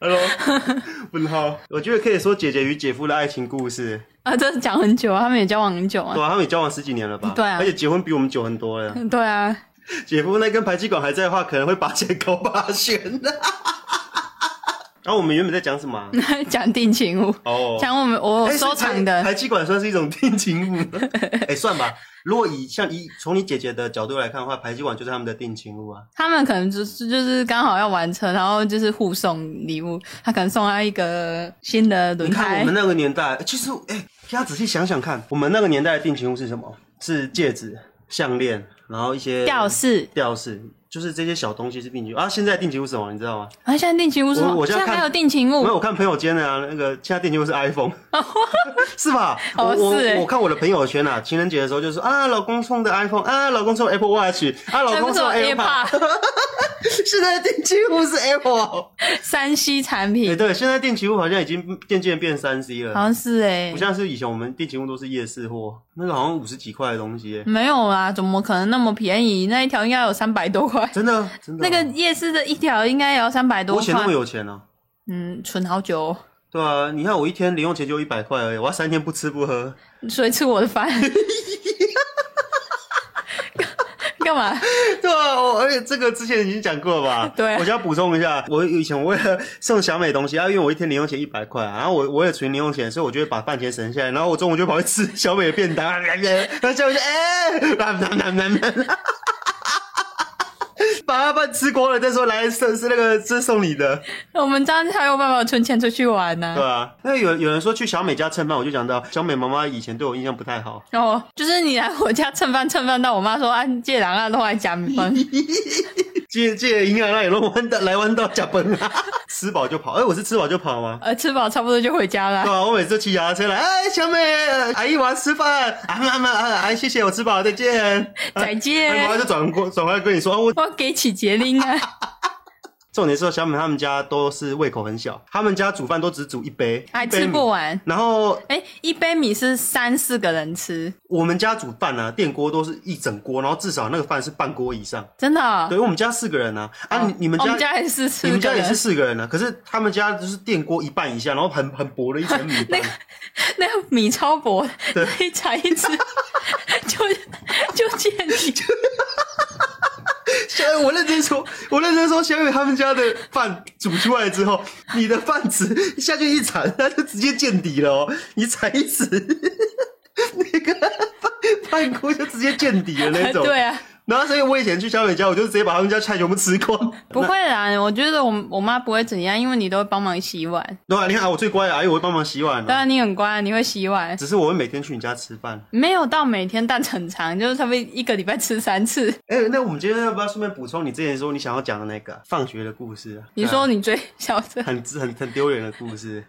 Speaker 2: Hello，问号。我觉得可以说姐姐与姐夫的爱情故事，
Speaker 1: 啊，这讲很久啊，他们也交往很久
Speaker 2: 对
Speaker 1: 啊。
Speaker 2: 吧、他们也交往十几年了吧？
Speaker 1: 对啊
Speaker 2: 而且结婚比我们久很多 了。
Speaker 1: 对啊，
Speaker 2: 姐夫那根排气管还在的话，可能会拔前高八弦 的。然后我们原本在讲什么啊、
Speaker 1: 讲定情物，
Speaker 2: 哦，
Speaker 1: 讲我们我
Speaker 2: 哎
Speaker 1: 有
Speaker 2: 所以
Speaker 1: 收藏的
Speaker 2: 排排气管算是一种 定情物吗，哎、算吧。如果以像以从你姐姐的角度来看的话，排气管就是他们的定情物啊。
Speaker 1: 他们可能就是就是刚好要完成，然后就是互送礼物，他可能送他一个新的轮
Speaker 2: 你看
Speaker 1: 胎
Speaker 2: 我们，那个年代，其实哎，大家仔细想想看，我们那个年代的定情物是什么？是戒指、项链，然后一些
Speaker 1: 吊、饰。
Speaker 2: 吊饰，就是这些小东西是定情物啊。现在定情物是什么？你知道吗？
Speaker 1: 啊，现在定情物是吗
Speaker 2: 我我现
Speaker 1: 现
Speaker 2: 在
Speaker 1: 在
Speaker 2: 看
Speaker 1: 还有定情
Speaker 2: 没
Speaker 1: 物
Speaker 2: 有，我看朋友间的啊，那个现在定情物是 iPhone，是吧？我
Speaker 1: 哦
Speaker 2: 我
Speaker 1: 是欸
Speaker 2: 我看我的朋友圈啊，情人节的时候就说啊，老公送的 iPhone 啊，老公送 Apple Watch 啊，老
Speaker 1: 还
Speaker 2: 公
Speaker 1: 不是
Speaker 2: 送 AirPod。
Speaker 1: AirPod
Speaker 2: 现在定期物是 Apple，
Speaker 1: 三 C 产
Speaker 2: 对
Speaker 1: 品，
Speaker 2: 哎对，现在定期物好像已经渐渐变三 C
Speaker 1: 好
Speaker 2: 了，
Speaker 1: 像是哎、
Speaker 2: 不像是以前我们定期物都是夜市货，那个好像五十几块的东西耶，
Speaker 1: 没有啦，怎么可能那么便宜？那一条应该有三百多块，
Speaker 2: 真的真的
Speaker 1: 那
Speaker 2: 哦。
Speaker 1: 个夜市的一条应该也要三百多
Speaker 2: 我以前那么
Speaker 1: 块。
Speaker 2: 有钱呢、
Speaker 1: 嗯，存好久哦、
Speaker 2: 对啊，你看我一天零用钱就一百块而已，我要三天不吃不喝，
Speaker 1: 所以吃我的饭。 干嘛？
Speaker 2: 对啊，我而且这个之前已经讲过了 吧？
Speaker 1: 对啊
Speaker 2: 我就要补充一下，我以前为了送小美东西啊，因为我一天零用钱一百块啊，然后我我也存零用钱，所以我就会把饭钱省下来，然后我中午就跑去吃 小美的便当，然后小美就哎，啦啦啦啦啦，把它饭吃光了再说来是是那个这送你的，
Speaker 1: 我们这样才有办法存钱出去玩呢、
Speaker 2: 对啊。那有有人说去小美家蹭饭，我就讲到小美妈妈以前对我印象不太好，
Speaker 1: 然后就是你来我家蹭饭蹭饭到我妈说啊，你借人啊，都来加分。
Speaker 2: 借借营养让你弄弯到来弯到脚崩啊， 吃饱就跑，哎、我是吃饱就跑吗？
Speaker 1: 呃，吃饱差不多就回家啦。
Speaker 2: 对啊，我每次骑脚踏车来，哎，小美，呃阿姨我要吃饭，啊妈妈，啊阿姨谢谢，我吃饱了，再见。哎
Speaker 1: 再
Speaker 2: 然
Speaker 1: 见
Speaker 2: 后。就转过转过来跟你说，哦我
Speaker 1: 我给起杰林啊，
Speaker 2: 重点是小美他们家都是胃口很小，他们家煮饭都只煮一杯，
Speaker 1: 还
Speaker 2: 一杯
Speaker 1: 吃
Speaker 2: 米
Speaker 1: 不完。
Speaker 2: 然后
Speaker 1: 哎、一杯米是三四个人吃，
Speaker 2: 我们家煮饭啊，电锅都是一整锅，然后至少那个饭是半锅以上。
Speaker 1: 真的哦、
Speaker 2: 对，因为我们家四个人啊，啊，你你们
Speaker 1: 哦我
Speaker 2: 家
Speaker 1: 们家也是吃，
Speaker 2: 你们家也是四个人啊，可是他们家就是电锅一半以下，然后很很薄的一层米饭。
Speaker 1: 那个 那个米超薄，一踩一吃 就就见 底。
Speaker 2: 小我认真说，我认真说，小雨他们家的饭煮出来之后，你的饭匙下去一铲，它就直接见底了哦。你铲一匙，那个饭饭锅就直接见底了 那种。
Speaker 1: 对。啊，
Speaker 2: 然后，所以我以前去小美家，我就直接把他们家菜全部吃光。
Speaker 1: 不会啦，我觉得我我妈不会怎样，因为你都会帮忙洗碗。
Speaker 2: 对啊，你看啊，我最乖啊，阿姨我会帮忙洗碗
Speaker 1: 当
Speaker 2: 啊。
Speaker 1: 然你很乖，你会洗碗，
Speaker 2: 只是我会每天去你家吃饭。
Speaker 1: 没有到每天，但很长，就是差不多一个礼拜吃三次。
Speaker 2: 哎、那我们今天要不要顺便补充你之前说你想要讲的那个放学的故事啊？
Speaker 1: 你说你最小的
Speaker 2: 对啊很很很丢脸的故事，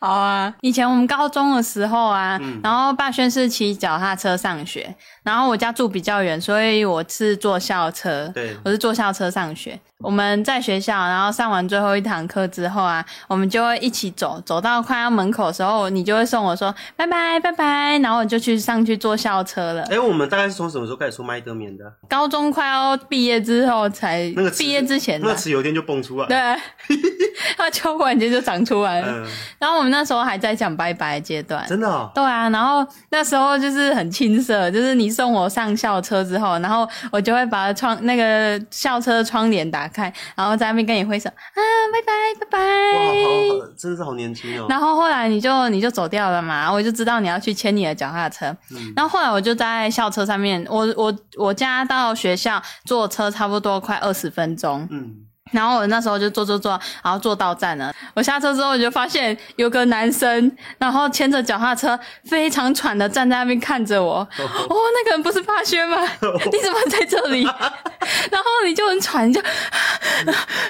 Speaker 1: 好啊，以前我们高中的时候啊，
Speaker 2: 嗯
Speaker 1: 然后霸轩是骑脚踏车上学，然后我家住比较远，所以我是坐校车，
Speaker 2: 对
Speaker 1: 我是坐校车上学。我们在学校，然后上完最后一堂课之后啊，我们就会一起走，走到快要门口的时候，你就会送我说拜拜拜拜，然后我就去上去坐校车了。
Speaker 2: 哎、我们大概是从什么时候开始说麦德棉的啊？
Speaker 1: 高中快要毕业之后才，
Speaker 2: 那个词
Speaker 1: 毕业之前
Speaker 2: 那
Speaker 1: 的，
Speaker 2: 词有一天就蹦出来。
Speaker 1: 对， 它就忽然间就长出来了。
Speaker 2: 嗯、
Speaker 1: 然后我们那时候还在讲拜拜的阶段，
Speaker 2: 真的、哦，
Speaker 1: 对啊，然后那时候就是很青涩，就是你送我上校车之后，然后我就会把窗那个校车窗帘打开，然后在那边跟你挥手啊，拜拜拜
Speaker 2: 哇，好
Speaker 1: 拜。
Speaker 2: 好，真的是好年轻哦。
Speaker 1: 然后后来你就你就走掉了嘛，我就知道你要去牵你的脚踏车。
Speaker 2: 嗯
Speaker 1: 然后后来我就在校车上面，我我我家到学校坐车差不多快二十分钟，
Speaker 2: 嗯，
Speaker 1: 然后我那时候就坐坐坐，然后坐到站了。我下车之后，我就发现有个男生，然后牵着脚踏车，非常喘的站在那边看着我。哦，那个人不是霸轩吗？你怎么在这里？然后你就很喘，你就，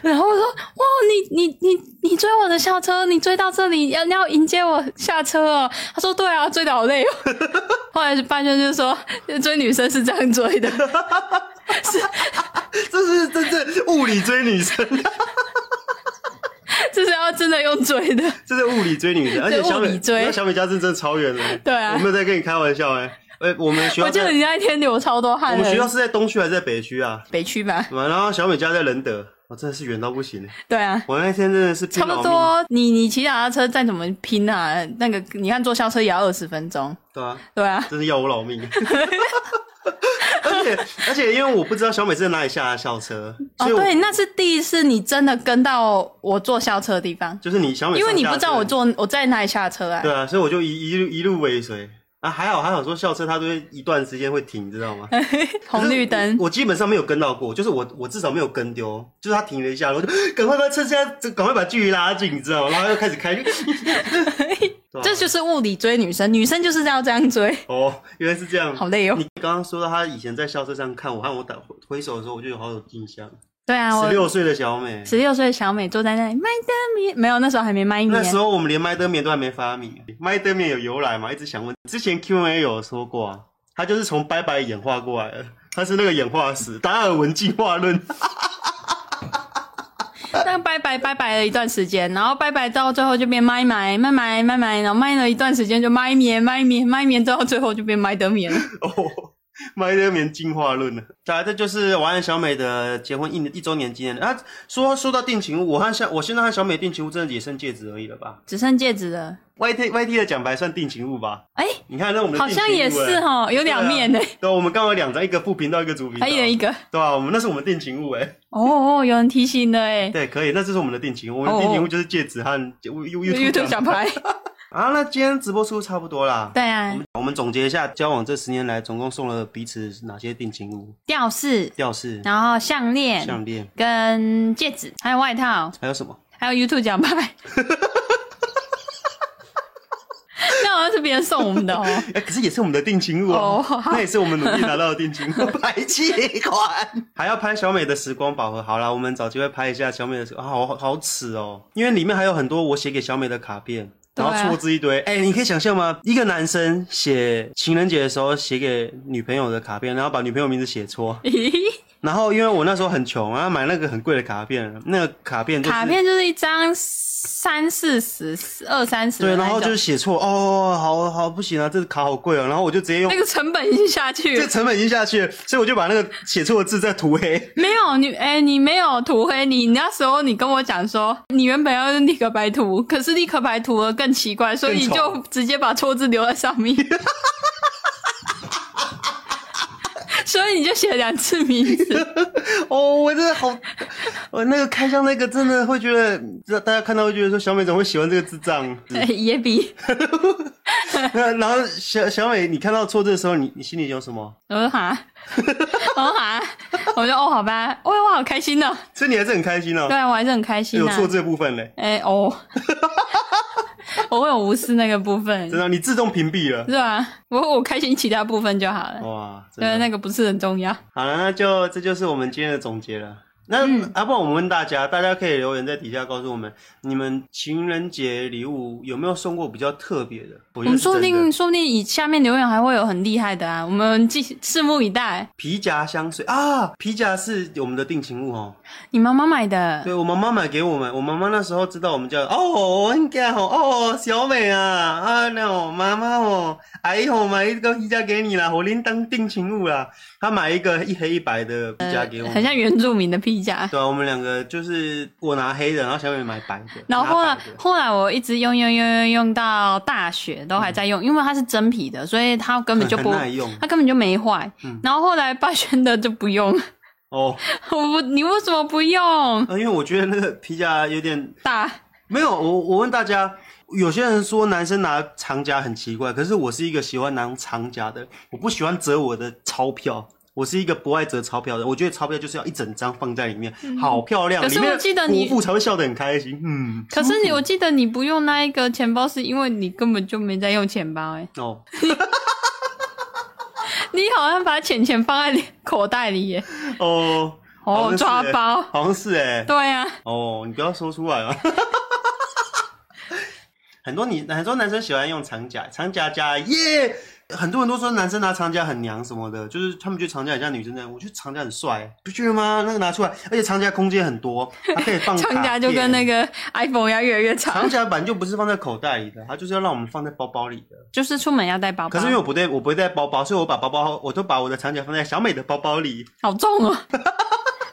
Speaker 1: 然后我说，哇，你你你你追我的校车，你追到这里，要你要迎接我下车哦。他说，对啊，追的好累哦。后来霸轩就说，追女生是这样追的。
Speaker 2: 这是真正物理追女生，
Speaker 1: 就是要真的用追的，
Speaker 2: 这是物理追女生，而且小
Speaker 1: 物
Speaker 2: 美
Speaker 1: 理追
Speaker 2: 那小美家真的超远的。
Speaker 1: 对啊
Speaker 2: 我没有在跟你开玩笑哎、哎，我们学
Speaker 1: 我
Speaker 2: 校
Speaker 1: 记
Speaker 2: 在
Speaker 1: 得你那一天流超多
Speaker 2: 我
Speaker 1: 汗
Speaker 2: 们
Speaker 1: 的
Speaker 2: 学，校是在东区还是在北区啊？
Speaker 1: 北区吧？
Speaker 2: 然后小美家在仁德，我、真的是远到不行。欸
Speaker 1: 对啊，
Speaker 2: 我那天真的是拼
Speaker 1: 差
Speaker 2: 老
Speaker 1: 不
Speaker 2: 命
Speaker 1: 多。你你骑脚踏车再怎么拼啊，那个你看坐校车也要二十分钟，
Speaker 2: 对啊，
Speaker 1: 对啊，
Speaker 2: 真是要我老 命。而且而且，因为我不知道小美是在哪里下的校车，
Speaker 1: 哦
Speaker 2: 所以我、
Speaker 1: 对，那是第一次你真的跟到我坐校车的地方，
Speaker 2: 就是你小美，
Speaker 1: 因为你不知道我，坐我在哪里下车啊。
Speaker 2: 对啊，所以我就一一路一路尾随啊，还好还好，说校车它都会一段时间会停，你知道吗？
Speaker 1: 红绿灯
Speaker 2: 我，我基本上没有跟到过，就是我我至少没有跟丢，就是它停了一下，我就赶快把车现在赶快把距离拉近，你知道吗？然后又开 始开，对啊
Speaker 1: 这就是物理追女生，女生就是要这样追，
Speaker 2: 哦，原来是这样。
Speaker 1: 好累哦。
Speaker 2: 你刚刚说到他以前在校车上看我，和我打挥手的时候，我就有好有印象。
Speaker 1: 对啊，
Speaker 2: 十
Speaker 1: 我
Speaker 2: 六岁的小美，
Speaker 1: 十六岁的小美坐在那里麦德米，没有那时候还没麦米
Speaker 2: 那
Speaker 1: 耶，
Speaker 2: 时候我们连麦德面都还没发明，麦德面有由来嘛？一直想问，之前 Q&A 有说过啊，它就是从拜拜演化过来的，它是那个演化史，达尔文进化论。
Speaker 1: 但拜拜拜拜了一段时间，然后拜拜到最后就变麦麦麦麦麦麦，然后麦了一段时间就麦棉麦棉麦棉，到最后就变麦德棉了。
Speaker 2: 哦，麦德棉进化论呢？对啊，这就是我和小美的结婚一年一周年纪念。啊，说说到定情物，我和小我现在和小美定情物真的也剩戒指而已了吧
Speaker 1: 只剩戒指了，
Speaker 2: ？YT YT 的奖牌算定情物吧？
Speaker 1: 哎、
Speaker 2: 你看，那我们的
Speaker 1: 好像也
Speaker 2: 定情物
Speaker 1: 是哦
Speaker 2: 哎
Speaker 1: 哈，有两面呢、
Speaker 2: 对啊，我们刚好两张，一个副频道，一个主频道，
Speaker 1: 还有一个
Speaker 2: 对吧、我们那是我们定情物哎、
Speaker 1: 哦哦，有人提醒了哎、
Speaker 2: 对，可以，那这是我们的定情物，我们
Speaker 1: 哦哦
Speaker 2: 的定情物就是戒指和 U U
Speaker 1: YouTube 小牌，
Speaker 2: 啊，那今天直播数差不多啦。
Speaker 1: 对
Speaker 2: 我
Speaker 1: 啊
Speaker 2: 们，我们总结一下，交往这十年来，总共送了彼此哪些定情物？
Speaker 1: 吊饰，
Speaker 2: 吊饰、
Speaker 1: 然后项链
Speaker 2: 项链，
Speaker 1: 跟戒指，还有外套，
Speaker 2: 还有什么？
Speaker 1: 还有 YouTube 奖牌。 那好像是别人送我们的 哦，
Speaker 2: 哎、可是也是我们的定情物哦，
Speaker 1: 哦好
Speaker 2: 那也是我们努力拿到的定情 物，排气管， 还要拍小美的时光宝盒。好啦，我们找机会拍一下小美的时啊，好好耻哦，因为里面还有很多我写给小美的卡片。
Speaker 1: 对
Speaker 2: 然
Speaker 1: 啊
Speaker 2: 后错字一堆，哎、你可以想象吗？一个男生写情人节的时候写给女朋友的卡片，然后把女朋友名字写错，
Speaker 1: 咦，
Speaker 2: 然后因为我那时候很穷，然后买那个很贵的卡片，那个卡片就是
Speaker 1: 卡片就是一张三四十、二三十的
Speaker 2: 对，
Speaker 1: 那
Speaker 2: 然后
Speaker 1: 种
Speaker 2: 就是写错哦，好好不行啊，这卡好贵啊，然后我就直接用
Speaker 1: 那个成本已经下去
Speaker 2: 这
Speaker 1: 了
Speaker 2: 个。成本已经下去了，所以我就把那个写错的字再涂黑。
Speaker 1: 没有你，哎、你没有涂黑你。那时候你跟我讲说，你原本要用立可白涂，可是立可白涂了更奇怪，所以你
Speaker 2: 更丑
Speaker 1: 就直接把错字留在上面，所以你就写了两次名 字。
Speaker 2: 哦，我真的好，我那个开箱那个真的会觉得，让大家看到会觉得说小美怎么会喜欢这个智 障？
Speaker 1: 哎也比
Speaker 2: 那然后小小美，你看到错字的时候，你你心里有什么？
Speaker 1: 我说 哈，我说哈，我说哦，好吧，哦，我好开心呢、
Speaker 2: 所以你还是很开心啊，
Speaker 1: 对啊，我还是很开心
Speaker 2: 有
Speaker 1: 啊。
Speaker 2: 错字的部分嘞，
Speaker 1: 哎、哦， 我会有无视那个部分
Speaker 2: 真，的，你自动屏蔽了。
Speaker 1: 是吧？我我开心其他部分就好了。
Speaker 2: 哇，哦
Speaker 1: 嗯
Speaker 2: 真
Speaker 1: 对，啊
Speaker 2: 的。哦
Speaker 1: 那个不是很重要。
Speaker 2: 好了，那就这就是我们今天的总结了。那、
Speaker 1: 嗯
Speaker 2: 啊，不然我们问大家，大家可以留言在底下告诉我们，你们情人节礼物有没有送过比较特别的？
Speaker 1: 我
Speaker 2: 我觉得
Speaker 1: 们
Speaker 2: 是
Speaker 1: 说不
Speaker 2: 真的
Speaker 1: 定，说不定以下面留言还会有很厉害的啊！我们继续拭目以待。
Speaker 2: 皮夹香水啊，皮夹是我们的定情物哦。
Speaker 1: 你妈妈买的，
Speaker 2: 对我妈妈买给我们，我妈妈那时候知道我们叫哦，我很干哦，哦，小美啊啊，那我妈妈哦，哎呦，我买一个皮夹给你啦，我拎当定情物啦。她买一个一黑一白的皮夹给我们，
Speaker 1: 呃很像原住民的披甲。
Speaker 2: 对啊，我们两个就是我拿黑的，然后小美买白的，
Speaker 1: 然后后来
Speaker 2: 拿白的
Speaker 1: 后来我一直用用用用用到大学都还在用，因为它是真皮的，所以它根本就
Speaker 2: 嗯 很
Speaker 1: 不
Speaker 2: 很耐用
Speaker 1: 它根本就没坏。
Speaker 2: 嗯
Speaker 1: 然后后来霸轩的就不用，
Speaker 2: 哦、
Speaker 1: 我不你为什么不用？
Speaker 2: 呃因为我觉得那个皮夹有点
Speaker 1: 大
Speaker 2: 没有，我我问大家，有些人说男生拿长夹很奇怪，可是我是一个喜欢拿长夹的，我不喜欢折我的钞票。我是一个不爱折钞票的，我觉得钞票就是要一整张放在里面，好漂亮。
Speaker 1: 嗯可是
Speaker 2: 里面
Speaker 1: 我记得你
Speaker 2: 伯父才会笑得很开心。嗯，
Speaker 1: 可是你我记得你不用那一个钱包，是因为你根本就没在用钱包哎、
Speaker 2: 哦，
Speaker 1: 你好像把钱钱放在你口袋里耶、
Speaker 2: 哦，
Speaker 1: 哦
Speaker 2: 好像是
Speaker 1: 抓
Speaker 2: 欸
Speaker 1: 包
Speaker 2: 好像是哎、
Speaker 1: 对 啊，
Speaker 2: 哦，你不要说出来啊。 很多你很多男生喜欢用长夹，长夹夹耶。很多人都说男生拿长夹很娘什么的，就是他们觉得长夹很像女生那样。我觉得长夹很帅，欸不觉得吗？那个拿出来，而且长夹空间很多，它可以放
Speaker 1: 长夹
Speaker 2: 卡
Speaker 1: 就跟那
Speaker 2: 片
Speaker 1: 个 iPhone 要越来越
Speaker 2: 长
Speaker 1: 长，
Speaker 2: 夹版就不是放在口袋里的，它就是要让我们放在包包里的。
Speaker 1: 就是出门要带包包。
Speaker 2: 可是因为我不带，我不会带包包，所以我把包包我都把我的长夹放在小美的包包里。
Speaker 1: 好重 哦，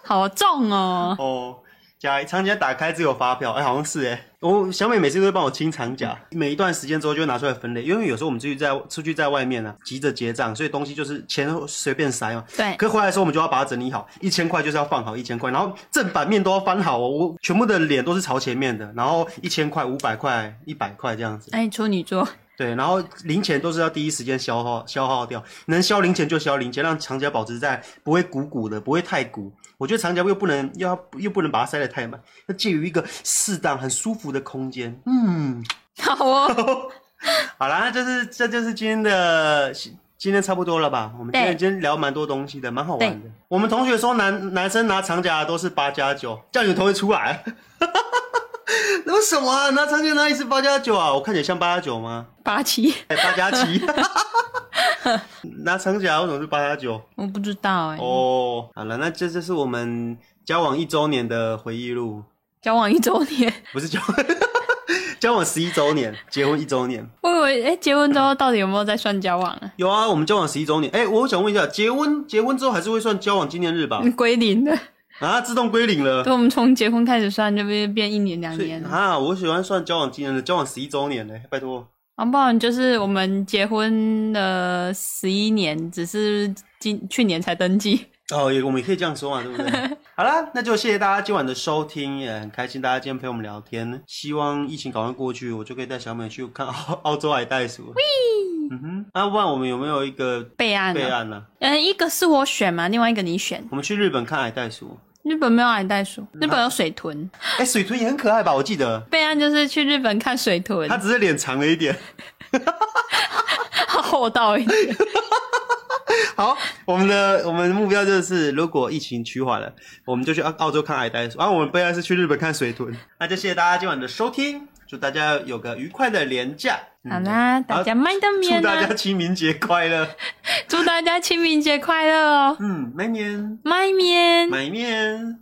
Speaker 1: 好重哦，
Speaker 2: 哦，夹长夹打开只有发票，哎、好像是哎、我小美每次都会帮我清长夹，每一段时间之后就会拿出来分类，因为有时候我们出去在出去在外面啊，急着结账，所以东西就是钱随便塞嘛。
Speaker 1: 对
Speaker 2: 可回来的时候我们就要把它整理好，一千块就是要放好一千块，然后正反面都要翻好哦，我全部的脸都是朝前面的，然后一千块、五百块、一百块这样子。
Speaker 1: 哎，处女座，
Speaker 2: 对，然后零钱都是要第一时间消耗消耗掉，能消零钱就消零钱，让长夹保持在不会鼓鼓的，不会太鼓。我觉得长夹又不能要又不能把它塞得太满，那介于一个适当很舒服的空间。嗯，
Speaker 1: 好 哦，
Speaker 2: 好啦，那就是这就是今天的今天差不多了吧？我们今天
Speaker 1: 对
Speaker 2: 今天聊蛮多东西的，蛮好玩的。我们同学说男男生拿长夹的都是八加九，这样你头会出来。 那为什么啊？拿长夹哪里是八加九啊？我看起来像八加九吗？
Speaker 1: 八七，
Speaker 2: 哎，八 加七，拿长夹为什么是八加九？
Speaker 1: 我不知道哎，
Speaker 2: 哦，好了，那这就是我们交往一周年的回忆录，
Speaker 1: 交往一周年，
Speaker 2: 不是交 交往十一周年，结婚一周年。
Speaker 1: 我以为哎，结婚之后到底有没有在算交往啊？
Speaker 2: 有啊，我们交往十一周年。哎、我想问一下，结婚结婚之后还是会算交往纪念日吧？
Speaker 1: 归零的，
Speaker 2: 啊，自动归零
Speaker 1: 嗯
Speaker 2: 了。
Speaker 1: 对，我们从结婚开始算，就变变一年两
Speaker 2: 所以
Speaker 1: 年了。
Speaker 2: 啊，我喜欢算交往纪念日，交往十一周年呢、拜托。
Speaker 1: 啊，不然就是我们结婚了十一年，只是今去年才登记。
Speaker 2: 哦，也我们也可以这样说嘛，对不对？好啦，那就谢谢大家今晚的收听，也很开心大家今天陪我们聊天。希望疫情赶快过去，我就可以带小美去看澳澳洲矮袋鼠。嗯哼，那、不然我们有没有一个
Speaker 1: 备案
Speaker 2: 备
Speaker 1: 了，
Speaker 2: 案呢、
Speaker 1: 嗯，一个是我选嘛，另外一个你选。
Speaker 2: 我们去日本看矮袋鼠，
Speaker 1: 日本没有矮袋
Speaker 2: 嗯
Speaker 1: 鼠，日本有水豚。
Speaker 2: 哎、水豚也很可爱吧？我 记得
Speaker 1: 备案就是去日本看水豚
Speaker 2: 它，只是脸长了一点。
Speaker 1: 它厚道一 点。
Speaker 2: 好，我们的我们的目标就是，如果疫情趋缓了，我们就去澳澳洲看海带鼠，啊然、后我们备案是去日本看水豚。那就谢谢大家今晚的收听，祝大家有个愉快的连假。嗯
Speaker 1: 好啦，大家麦当
Speaker 2: 祝
Speaker 1: 面
Speaker 2: 大家
Speaker 1: 啊，
Speaker 2: 清明节快乐！
Speaker 1: 祝
Speaker 2: 祝大家清明节快乐哦，
Speaker 1: 嗯，买面，
Speaker 2: 麦面。
Speaker 1: 买面。